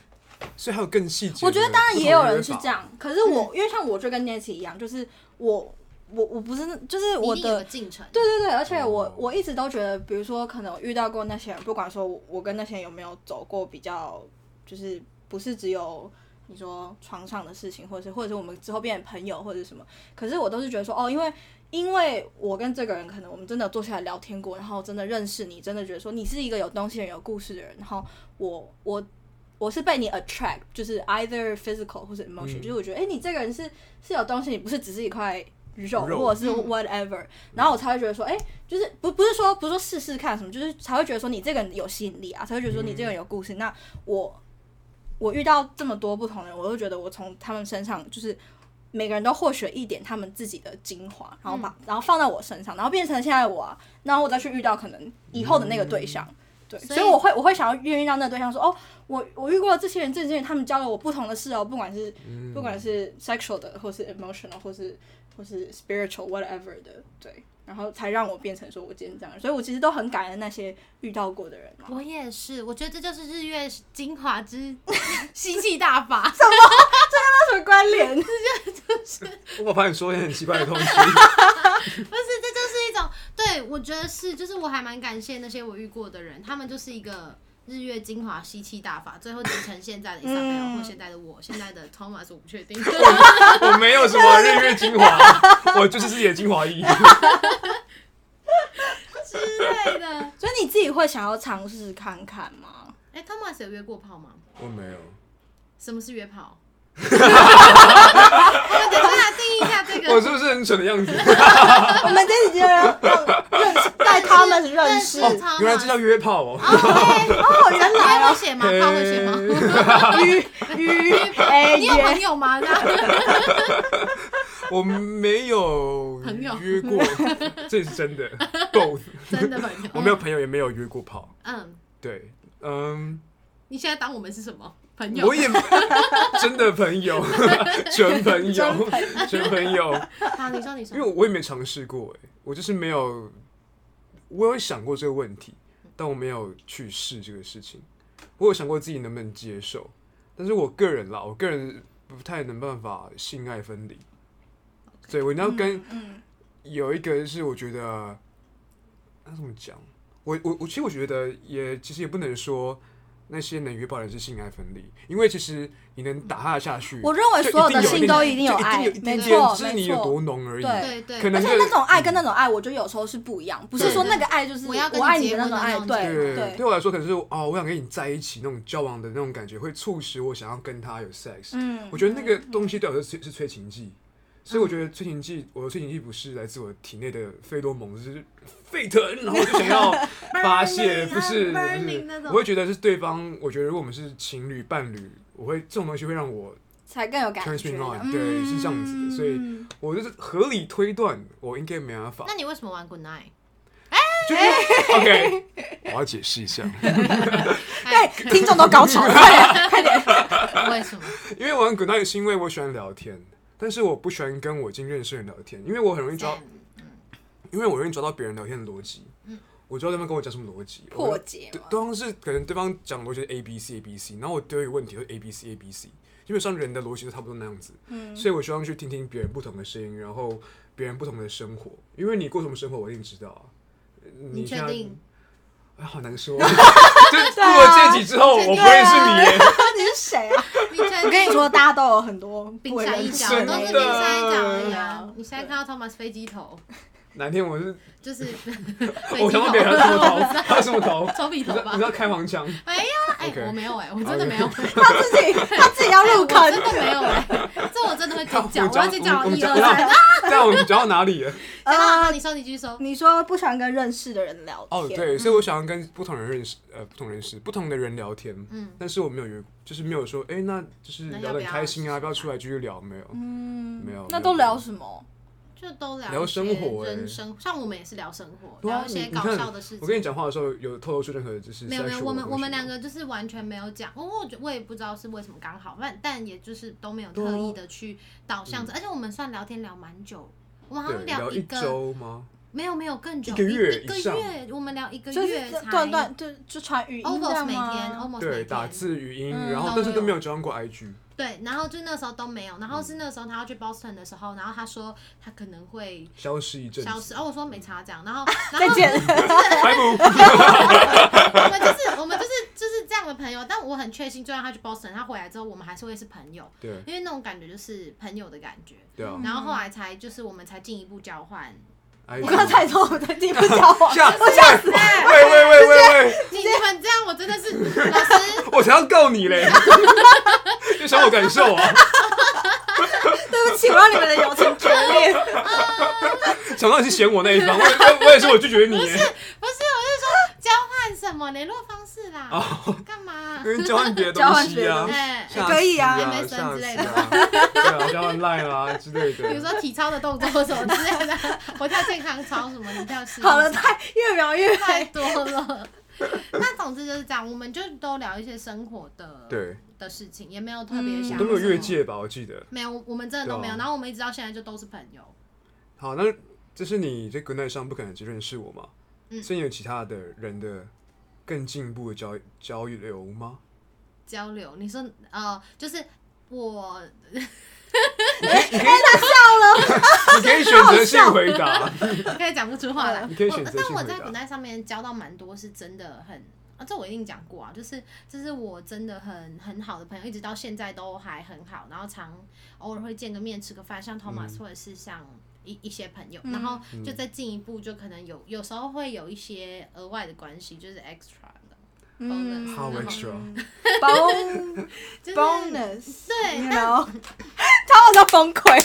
所以还有更细节的。我觉得当然也有人不同是这的约样，可是我因为像我就跟 Nancy 一样，就是我我我不是就是你一我定有个的。进程。对对对，而且我哦我一直都觉得，比如说，可能我遇到过那些人，不管说我我跟那些人有没有走过比较，就是不是只有你说床上的事情，或者是或者是我们之后变成朋友或者是什么，可是我都是觉得说，哦，因为因为我跟这个人可能我们真的有坐下来聊天过，然后真的认识你，真的觉得说你是一个有东西的人、有故事的人，然后我我我是被你 attract，就是 either physical 或者 emotion，、嗯就是我觉得哎、诶你这个人是是有东西，你不是只是一块肉肉或者是嗯 whatever，、然后我才会觉得说，哎、就是不不是说不是说试试看什么，就是才会觉得说你这个人有吸引力啊，才会觉得说你这个人有故事。那我我遇到这么多不同的人，我就觉得我从他们身上就是每个人都获取了一点他们自己的精华，然后把、然后放到我身上，然后变成现在的我、啊，然后我再去遇到可能以后的那个对象。对，所嗯所以以我会我会想要愿意让那个对象说，哦，我我遇过这些人，这些人他们教了我不同的事哦，不管是、嗯不管是 sexual 的，或是 emotional，或是或是 spiritual whatever 的，对，然后才让我变成说我今天这样，所以我其实都很感恩那些遇到过的人 啊嘛。我也是，我觉得这就是日月精华 之吸气大法。那什么关联？炮嗯我怕你说一些很奇怪的东西。不是，这就是一种对我觉得是，就是我还蛮感谢那些我遇过的人，他们就是一个日月精华吸气大法，最后集成现在的 Isabel 或现在的我，现在的 Thomas 我不确 定。我没有什么日月精华，我 就是自己的精华液。 之类的。 所以你自己会想要尝试看看吗？ 哎、t h o m a s 有约过炮吗？我没有，什么是约炮？我们等一下定义一下这个。我是不是很蠢的样子？我们这几个人认识带他们认识，认哦识，他们原来这叫约炮哦。原你来会哦，写吗？他会写吗？鱼鱼 哎你有朋耶，友嗯吗？这样我没 有朋友约过，这是真的。Both，真的朋友？我没有。朋友，也没有约过炮。嗯，对，嗯，你现在当我们是什么朋友我？也真的朋友，纯朋友，纯朋友。好，你说，你说因为。我也没尝试过、欸，我就是没有，我有想过这个问题，但我没有去试这个事情。我有想过自己能不能接受，但是我个人啦，我个人不太能办法性爱分离。对，我一定要跟嗯有一个是我觉得，那怎么讲？我我我其实我觉得也其实也不能说那些能约炮的人是性爱分离，因为其实你能打他下去，我认为所有的性都一定有爱就一，定没有一点错只是你没有错多。浓而已。对对对，可而能且就那种爱跟那种爱，我觉得有时候是不一样，不是对说那个爱就是我要跟你爱你结的那婚种爱，的那种对对，对，我来说可能是哦，我想跟你在一起那种交往的那种感觉，会促使我想要跟他有 sex。嗯我觉得那个东西对我来说是是催情剂，所以我觉得催情剂，我的催情剂不是来自我体内的费多蒙，就是沸腾，然后我就 想要发泄， Burning 啊不是，不 burning 是那，种我会觉得是对方，我觉得如果我们是情侣伴侣，我会这种东西会让我，才更有感 Turns 觉嗯 me 的。 on，对是这样子的所以嗯我就是合理推断，我应该没 办法那。你为什么玩 Good Night？就是 OK，我要解释一下， 哎，对听众都高潮，快点快点。为什么？因为玩 Good Night 是因为我喜欢聊天，但是我不喜欢跟我已经认识的人聊天，因为我很容易抓，因为我容易抓到别人聊天的逻辑。我知道对方跟我讲什么逻辑，破我解对嘛，对方是可能对方讲的逻辑是 A B C A B C，然后我丢一个问题会 A B C A B C，基本上人的逻辑都差不多那样子，所以我希望去听听别人不同的声音，然后别人不同的生活，因为你过什么生活我一定知道啊。呃你现确在 定？哎，好难说。就是过了这集之后，我不认识你耶。你是谁啊？你确我定跟你说，大家都有很多冰山一角，真都的是冰山一角而已啊！你现在看到 Thomas 飞机头，哪天我是就是 飞我机想头到别人他什么头，他什么头？臭屁你头知道你吧知？道开黄腔？没有，哎， OK 我没有哎，我真的没有，他自己他自己要入 我真坑，的没有哎，这我真的会尖叫，我我要尖叫我们一讲啊二三。这样我们讲到 哪里了？等一下，呃你说你继续说。你说不喜欢跟认识的人聊天，哦，对，所以嗯我想要跟不同人认识，呃，不同人识，不同的人聊天。嗯但是我没有约，就是没有说，哎，那就是那要聊不得很要开心啊，不要出来继续聊，没有。嗯，没有那都聊什么？就都聊聊一些生活欸人生像我们也是聊生活，对啊聊一些你搞看笑的事我跟情。你讲话的时候，有透露出任何就是没有没有， sexual 我的东们西我们吗两个就是完全没有讲，我我我也不知道是为什么刚好，但但也就是都没有对啊嗯特意的去导向这，而且我们算聊天聊蛮久，我们好对像聊一个周吗？没有没有更久，一个月一个以上月，我们聊一个就是月这才断断就就传语音这 almost 样每天吗？ almost 每对，打天字、语音，嗯然后都但是都有没有交换过 IG。对，然后就那时候都没有，嗯然后是那时候他要去 Boston 的时候，然后他说他可能会消失一阵子，消失，哦，我说没查这样，然后然啊再后见，拜 拜。我们就是我们就是就是这样的朋友，但我很确信，就算他去 Boston，他回来之后，我们还是会是朋友，对因为那种感觉就是朋友的感觉。嗯对啊然后后来才就是我们才进一步交 换， ，IG 我刚才说我在地不交 往，吓我吓死了。喂喂喂喂喂，你你们这样我真的 是老师，我才要告 你嘞！就想我感受啊，对不起，我让你们的友情 决裂。想到你是嫌我那一方，我我我也是我拒绝你耶，不是我是说交换什么联络方式啦，哦哦干 嘛？跟人交换别的交东换别西的啊东，哎，吓可以啊死啊 MSN 吓之类死的啊，对啊，交换 Line 啊之类 比如的，说体操的动作什么之类 的，我跳健康操什么，你跳实力好了，太越描越太多了。那总之就是这样，我们就都聊一些生活的对，的事情，也没有特别嗯想、都没有越，界吧？我记得。没有，我们真的都没有。对啊然后我们一直到现在就都是朋友，好，那这是你在 Good Night 上不可能只认识我嘛？嗯所以你有其他的人的更进一步的交交流 吗？交流。你说呃，就是我你可以选择性回答，可以讲不出 话来，你可以选我哦择但性我回在古答。奈上面交到蛮多，是真的很啊，这我一定讲过啊，就是这是我真的很很好的朋友，一直到现在都还很好，然后常偶尔会见个面吃个饭，像 Thomas、或者嗯是像。一一些朋友，然后就再进一步，就可能有有时候会有一些额外的关系，就是 extra 的。 bonus，嗯 How 然后 extra？ bon 就是 bonus，对 you know，他 们都崩溃。利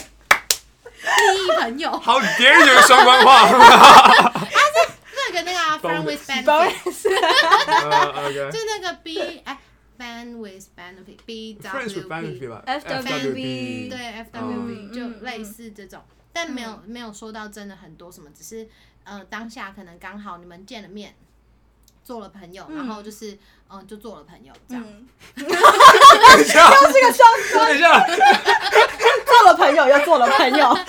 益朋友，好 dare you 双 关话。那个那个啊 friend with benefit， bonus 呃就 OK。那个 B 哎 friend with benefit，B Friends with benefit W P，吧 FWB 对 F 嗯 W P 就嗯类似这种，但没有没有说到真的很多什么，只是呃当下可能刚好你们见了面。做了朋友，然后就是，嗯、就做了朋友这样。嗯，等一下，这个双等一下，做了朋友又做了朋 友，做了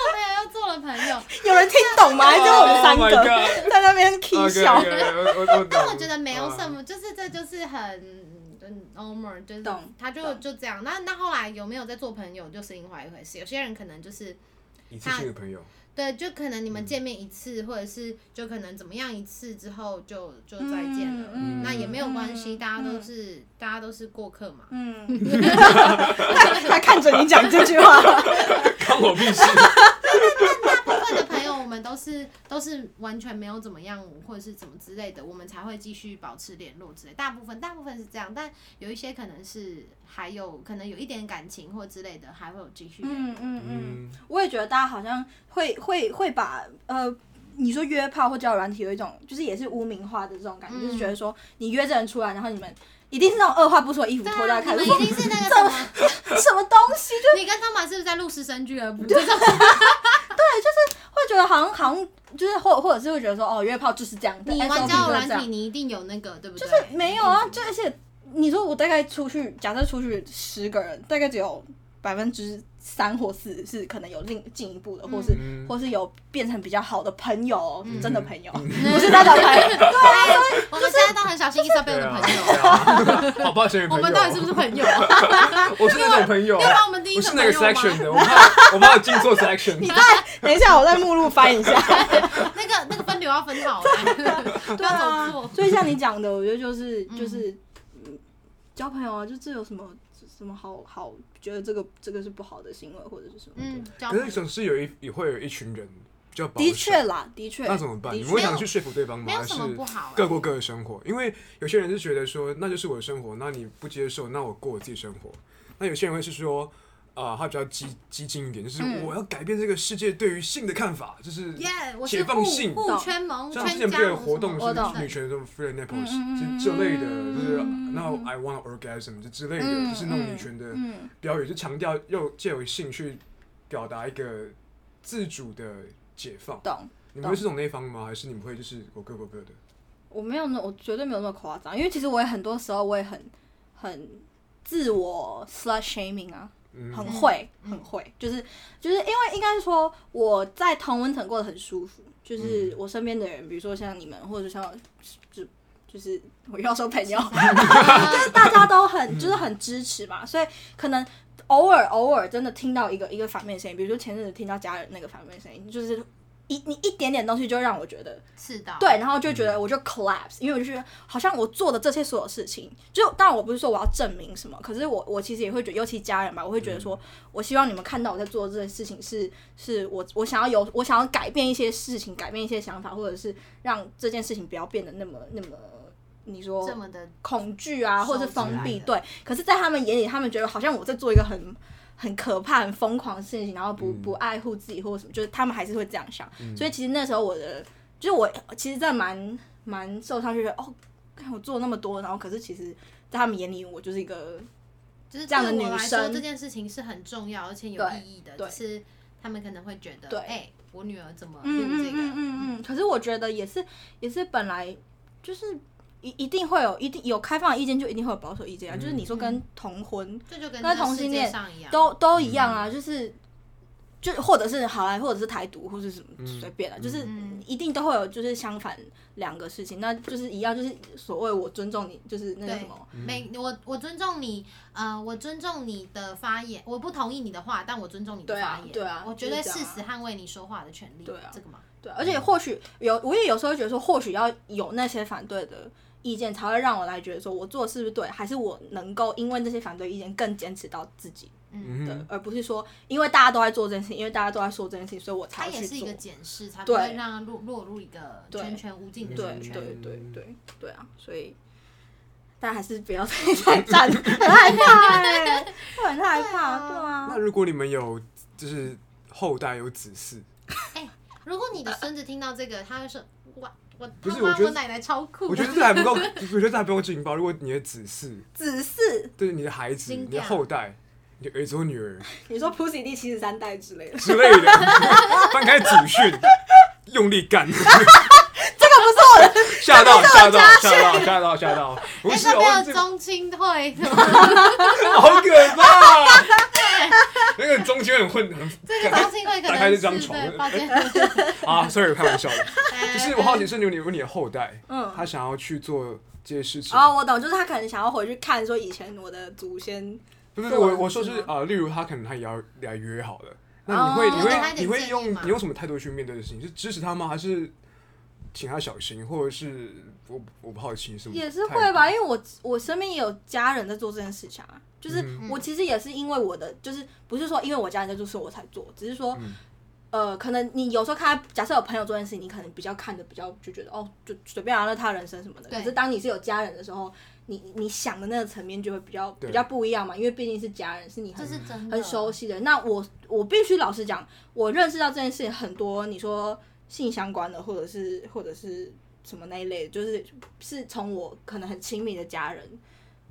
朋啊友又做了朋友，有人听懂哦吗？就我们三 Oh 个 my 在那边 god 啼 OK，OK，笑。我我我懂但我觉得没有什嗯么，就是这就是很嗯 normal，就是懂他就懂就这样。那那后来有没有在做朋友，就是另外一回事。有些人可能就是一次性的朋友。对，就可能你嗯们见面一次，或者是就可能怎么样一次之后就就再见了，嗯嗯那也没有关系，嗯大家都是、大家都是过客嘛。 嗯，他他看着你讲这句话，关我屁事！部分的朋友，我们都是都是完全没有怎么样，或者是怎么之类的，我们才会继续保持联络之类。大部分大部分是这样，但有一些可能是还有可能有一点感情或之类的，还会有继续联络。嗯嗯嗯，嗯，我也觉得大家好像会会会把呃。你说约炮或交友软体有一种，就是也是污名化的这种感觉，嗯就是觉得说你约这人出来，然后你们一定是那种二话不说衣服对脱掉啊，开你始们说一定是 那个什么，什么东西，就啊你跟汤马是不是在录师生俱乐部？这 种会觉得好像好像就是或或者是会觉得说哦约炮就是这样的，你 SOP 玩交友就是软这样 体，嗯你一定有那个，对不就对？是没有啊，就而且你说我大概出去，假设出去十个人，大概只有百分之三或四是可能有另进一步的，或是、嗯或是有变成比较好的朋友哦，嗯真的朋友， 不是那种朋 友。哎我们现在都很小心伊莎贝尔对的啊朋友，对啊好抱歉，我们到底是不是？是 朋友啊？我是那种朋友要，把我们定不义是成那朋个友 section 吗？的，我怕我怕我进错 section。等一下，我在目录翻一下。 那个那个分流要分 好啊，不对要啊走错。所以像你讲的，我觉得就是嗯就是、嗯交朋友啊，就这有什么什么好好觉得这个这个是不好的行为或者是什么的？嗯，交朋可是友总是有一也会有一群人比较保守的确啦，的确。那怎么办？的你确们会想去说服对方吗？没有还什是么不好啊。各过各的生活？因为有些人是觉得说那就是我的生活，那你不接受，那我过我自己生活。那有些人会是说啊、他比较激激进一点，就是嗯我要改变这个世界对于性的看法，就是。耶，我解是放互性互圈盟像之圈前加不是有活动盟什么的是女权什么 free nipples，、嗯嗯嗯就这类的，嗯就是嗯那 I want orgasm 就之类的，嗯就是那种女权的嗯标语，就强调要借由性去表达一个自主的解放。懂。你们会是从那一方吗？还是你们会就是我各过各的？我没有那，我绝对没有那么夸张，因为其实我也很多时候我也很很自我 slash shaming 啊，嗯，很会，嗯很会，就是就是因为应该是说我在同温层过得很舒服，嗯就是我身边的人，比如说像你们，或者像就就是我要说朋友，啊 就是大家都很就是很支持嘛，所以可能。偶尔偶尔真的听到一个一个反面声音，比如说前阵子听到家人那个反面声音，就是一你一点点东西就让我觉得是的，对，然后就觉得我就 collapse，、因为我就觉得好像我做的这些所有事情，就当然我不是说我要证明什么，可是我我其实也会觉得，尤其家人吧，我会觉得说，我希望你们看到我在做这些事情是，是我我想要有我想要改变一些事情，改变一些想法，或者是让这件事情不要变得那么那么。你说这么的恐惧啊，或收者是起来封闭，的对。可是，在他们眼里，他们觉得好像我在做一个很很可怕、很疯狂的事情，然后不嗯不爱护自己或者什么，就是他们还是会这样想。所以，其实那时候我的，就是我其实，在蛮蛮受伤，就觉得哦，看我做那么多，然后可是其实，在他们眼里，我就是一个就是这样的对我女来说生这件事情是很重要而且有对意义的，对只是他们可能会觉得，对哎，我女儿怎么嗯录嗯这嗯个？嗯嗯。可是我觉得也是也是本来就是。一一定会有，一定有开放的意见，就一定会有保守意见啊。就是你说跟同婚这就跟那这个同世性界恋上一样，都嗯都一样啊，就是就或者是好啊莱或者是台独或者是什么嗯随便啊，就是嗯一定都会有就是相反两个事情，那就是一样，就是所谓我尊重你，就是那个对什么，嗯每我我尊重你，呃，我尊重你的发言，我不同意你的话，但我尊重你的对啊发言，对啊我绝就是对这样事啊实捍卫你说话的权利，对啊这个嘛，对，而且或许有我也有时候觉得说，或许要有那些反对的。意见才会让我来觉得说，我做的是不是对，还是我能够因为这些反对意见更坚持到自己嗯的，哼，而不是说因为大家都在做这件事情，因为大家都在说这件事情，所以我它才也去是一做个。检视，才不会对让它落落入一个对圈圈无尽的对圈对圈。对对对啊，所以但还是不要太太站，很害怕哎、会很害怕，对啊那。如果你们有就是后代有子 嗣，如果呃你的孙子听到这个，他会说：“我我不他是我妈觉得我奶奶超酷。”我觉得这还不够， 我觉得这还不够劲爆。如果你的子嗣，只是就是你的孩子、惊讶你的后代、你的儿子或女儿你说 Pussy 第七十三代之类的，之类的， 翻开祖训，用力 干，这个不是我的， 吓到吓到吓到吓到吓 到，不哎，是他没哦，有这中青 退，好可 怕！那个中间很混很这个中青退可打能开这是张床 对，哎抱歉。啊，sorry，开玩笑 的。就就是我好奇是你，如果你的后代，嗯他想要去做这些事情，哦，我懂，就是他可能想要回去看说以前我的祖先，不是做我完我是说是吗啊，例如他可能他也要来约好了，那你会哦你就给他一会点你会建议用嘛你用什么态度去面对的事情？是支持他吗？还是请他小心，或者是我我不好奇什么？也是会？吧，因为我我身边也有家人在做这件事情啊，就是嗯我其实也是因为我的，就是不是说因为我家人在做事我才做，只是说。嗯呃，可能你有时候看，假设有朋友做件事情，你可能比较看的比较就觉得哦，就随便啊，那他人生什么的。对可是当你是有家人的时候，你你想的那个层面就会比较对比较不一样嘛，因为毕竟是家人，是你这很是真的，很熟悉的。那我我必须老实讲，我认识到这件事情很多，你说性相关的，或者是或者是什么那一类的，就是是从我可能很亲密的家人，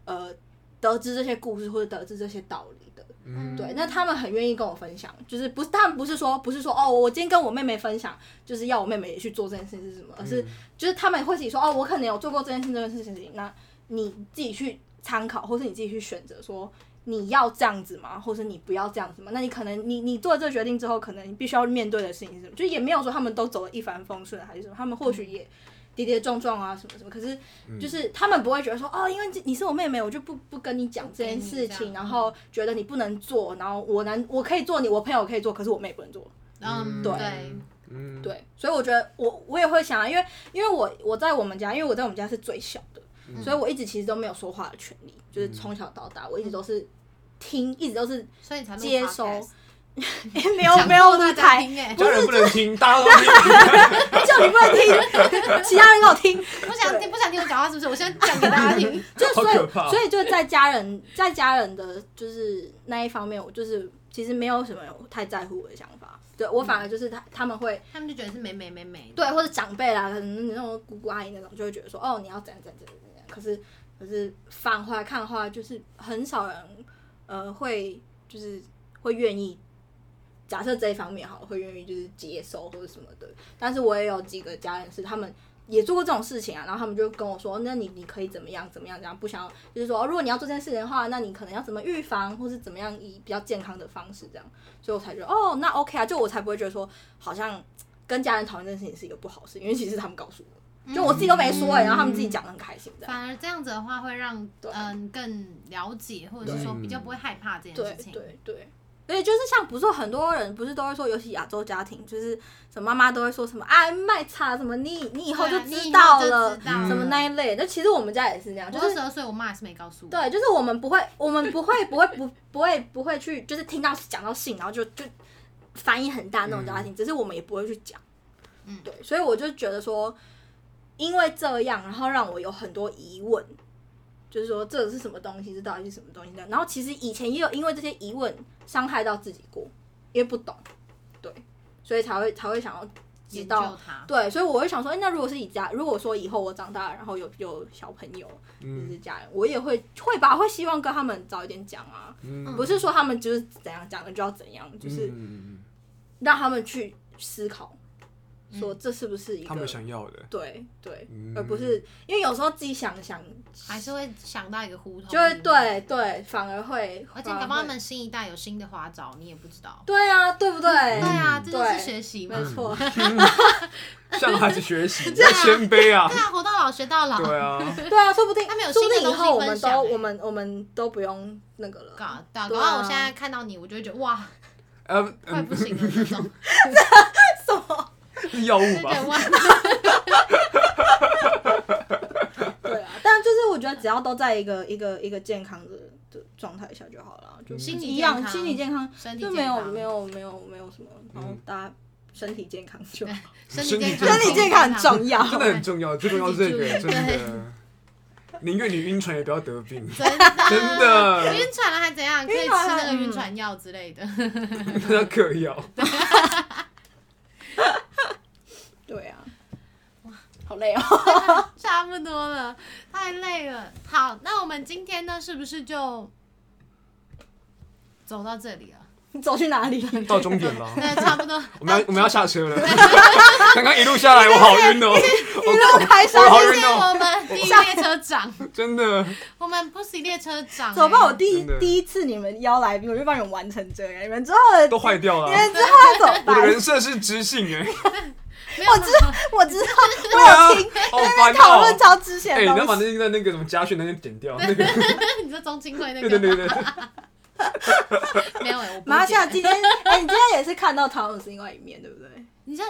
呃，得知这些故事或者得知这些道理的。嗯，对，那他们很愿意跟我分享，就是不是他们不是说不是说哦，我今天跟我妹妹分享，就是要我妹妹也去做这件事情是什么，而是就是他们会自己说哦，我可能有做过这件事这件事情，那你自己去参考，或是你自己去选择说你要这样子吗，或是你不要这样子吗？那你可能你你做了这个决定之后，可能你必须要面对的事情是什么？就也没有说他们都走了一帆风顺还是什么，他们或许也跌跌撞撞啊什么什么，可是就是他们不会觉得说哦，因为你是我妹妹，我就不不跟你讲这件事不跟情，你讲然后觉得你不能做，然后我能我可以做你，我朋友可以做，可是我妹不能做。嗯，对对，嗯，对，所以我觉得我我也会想啊，因为因为我我在我们家，因为我在我们家是最小的，嗯所以我一直其实都没有说话的权利，就是从小到大我一直都嗯是听，一直 都是所以你才录接 podcast 收没有没有舞大家台，听哎，家人不能 听，大家都听，就哎你不能听， 其他人给我听，不想听不想听我讲话是不是？我现在讲给大家 听，就是所好可以怕所以就在家人在家人的就是那一方面，我就是其实没有什么太在乎我的想法，对我反而就是他他们会他们就觉得是美美美美，对，或者长辈啦，可能那种姑姑阿姨那种，就会觉得说，哦，你要怎样怎样怎样怎样。可是可是反回来看的话，就是很少人呃会就是会愿意，假设这一方面好了，会愿意就是接受或者什么的。但是我也有几个家人是他们。也做过这种事情啊，然后他们就跟我说，那你你可以怎么样怎么样怎样，不想要就是说、哦如果你要做这件事情的话，那你可能要怎么预防，或是怎么样以比较健康的方式这样，所以我才觉得哦，那 OK 啊，就我才不会觉得说好像跟家人讨论这件事情是一个不好事，因为其实是他们告诉嗯我，嗯就我自己都没说、欸，然后他们自己讲的很开心这样。反而这样子的话，会让对嗯更了解，或者是对说比较不会害怕这件对事情。啊对对，而且就是像不是很多人不是都会说，尤其亚洲家庭，就是什么妈妈都会说什么啊卖茶什么你你以后就对啊你知以道后就了知道了什么那一类的，那其实我们家也是那样，就我是二十二岁，我妈也是没告诉我。对，就是我们不会，我们不会，不会不不会不会去，就是听到讲到性，然后就就反应很大那种家庭，只是我们也不会去讲。嗯对，所以我就觉得说，因为这样，然后让我有很多疑问，就是说这是什么东西，这到底是什么东西的。然后其实以前也有因为这些疑问伤害到自己过，因为不懂，对，所以才会才会想要知研道究它。对，所以我会想说，哎诶那如果是以家，如果说以后我长大，然后有有小朋友，就 嗯是家人，我也会会吧，会希望跟他们早一点讲啊，嗯，不是说他们就是怎样讲了就要怎样，就是嗯让他们去思考，嗯说这是不是一他个们想要的，对对，嗯而不是因为有时候自己想想还是会想到一个胡同，就会。对对，反而会，而且反搞而不好他会们新一代有新的花招，你也不知道。对啊，对不对？对啊，这就对是学习嘛没。错，向孩子学 习，要谦卑啊对，啊，活到老学到老。对啊，对啊，说不定 他们有说新不的定东以西后我分们享都欸我们我们都不用那个了，搞搞对搞啊到我现在看到你，我就会觉得哇，呃，快不行了那种。 什么？是药就物觉吧得？哇，对啊，但就是我觉得只要都在一个一个一个健康的的状态下就好了，就心理一健样康心理健康身体就健没有康没有没有没有什么，嗯然后大家身体健康就好，身体健身康，体健很重要 真的很重要，最重要是这个，真的。宁愿你晕船也不要得病，真的真的 晕船了还怎样？可以吃晕船了那个晕船药之类的。 那嗑药。对啊，好累哦。 差不多了，太累了。好，那我们今天呢，是不是就走到这里 了？你走去哪里？到终点了，对，差不多。我们要我们要下车了。刚刚一路下来，我好晕哦，一路开山我好谢晕谢我哦，们第一列车长， 真的。我们不是列车长、欸。走吧，我第一真的第一次你们邀来宾，我就帮你们完成这样，你们之后的都坏掉了你。们之后要怎么我办？的人设是知性哎，没有我知道，我知道，对啊，好烦讨论哦。超支线哎，你的要把东那西。个那个什么加训那些点掉，那个 你说中青会那对个？对对对对，没有哎、我不马来西亚点今天， 哎、你今天也是看到唐老师另外一面，对不对？你像，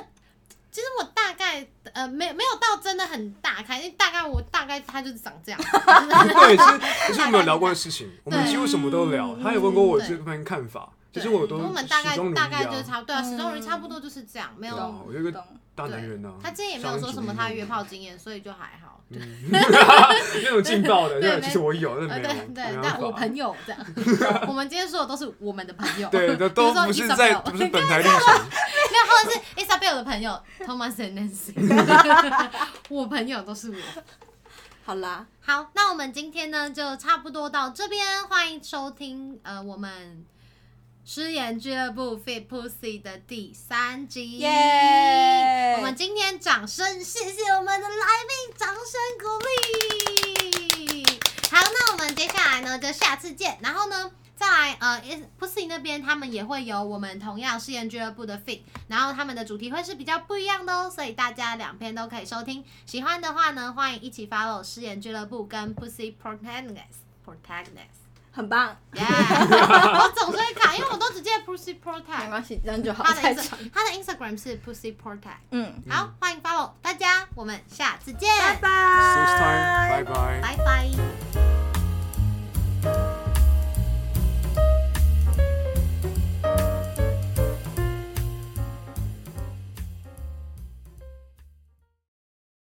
其实我大概呃，没有没有到真的很大开，因为大概我大概他就是长 这样。对，是可是我们有聊过的事情，我们对几乎什么都聊。他也问过我这番看法，其实我都对我们大始概终如一大概就是啊。差不多，对啊，始终如一差不多就是这样，没对啊有。我有一个懂大男人呢，他今天也没有说什么他约商炮经验，所以就还好。对人主义 那种劲爆的， 对啊那没种其实我有，那呃，没对有，对没，办但我法。朋友 这样，我们今天说的都是我们的朋友， 对，都都不比是如说在 Isabel 不是本台立场，没有，或者是 Isabel 的朋友 Thomas and Nancy，我 朋友都是我。好啦，好，那我们今天呢就差不多到这边，欢迎收听呃我们失言俱乐部 Fit Pussy 的第三集。耶、我们今天掌声谢谢我们的来宾，掌声鼓励。好，那我们接下来呢，就下次见。然后呢，再来呃，Is Pussy 那边他们也会有我们同样试验俱乐部的 fit，然后他们的主题会是比较不一样的哦，所以大家两篇都可以收听。喜欢的话呢，欢迎一起 follow 试验俱乐部跟 Pussy Protagonist Protagonist。很棒， Yeah，我总是会卡，因为我都只记得 Pussy 嗯没 Protag，关系，这样就好。他的太 ins 长，他的 Instagram 是 Pussy Protag。嗯，好，欢迎 follow 大家，我们下次见，拜拜 Six time，拜拜。拜拜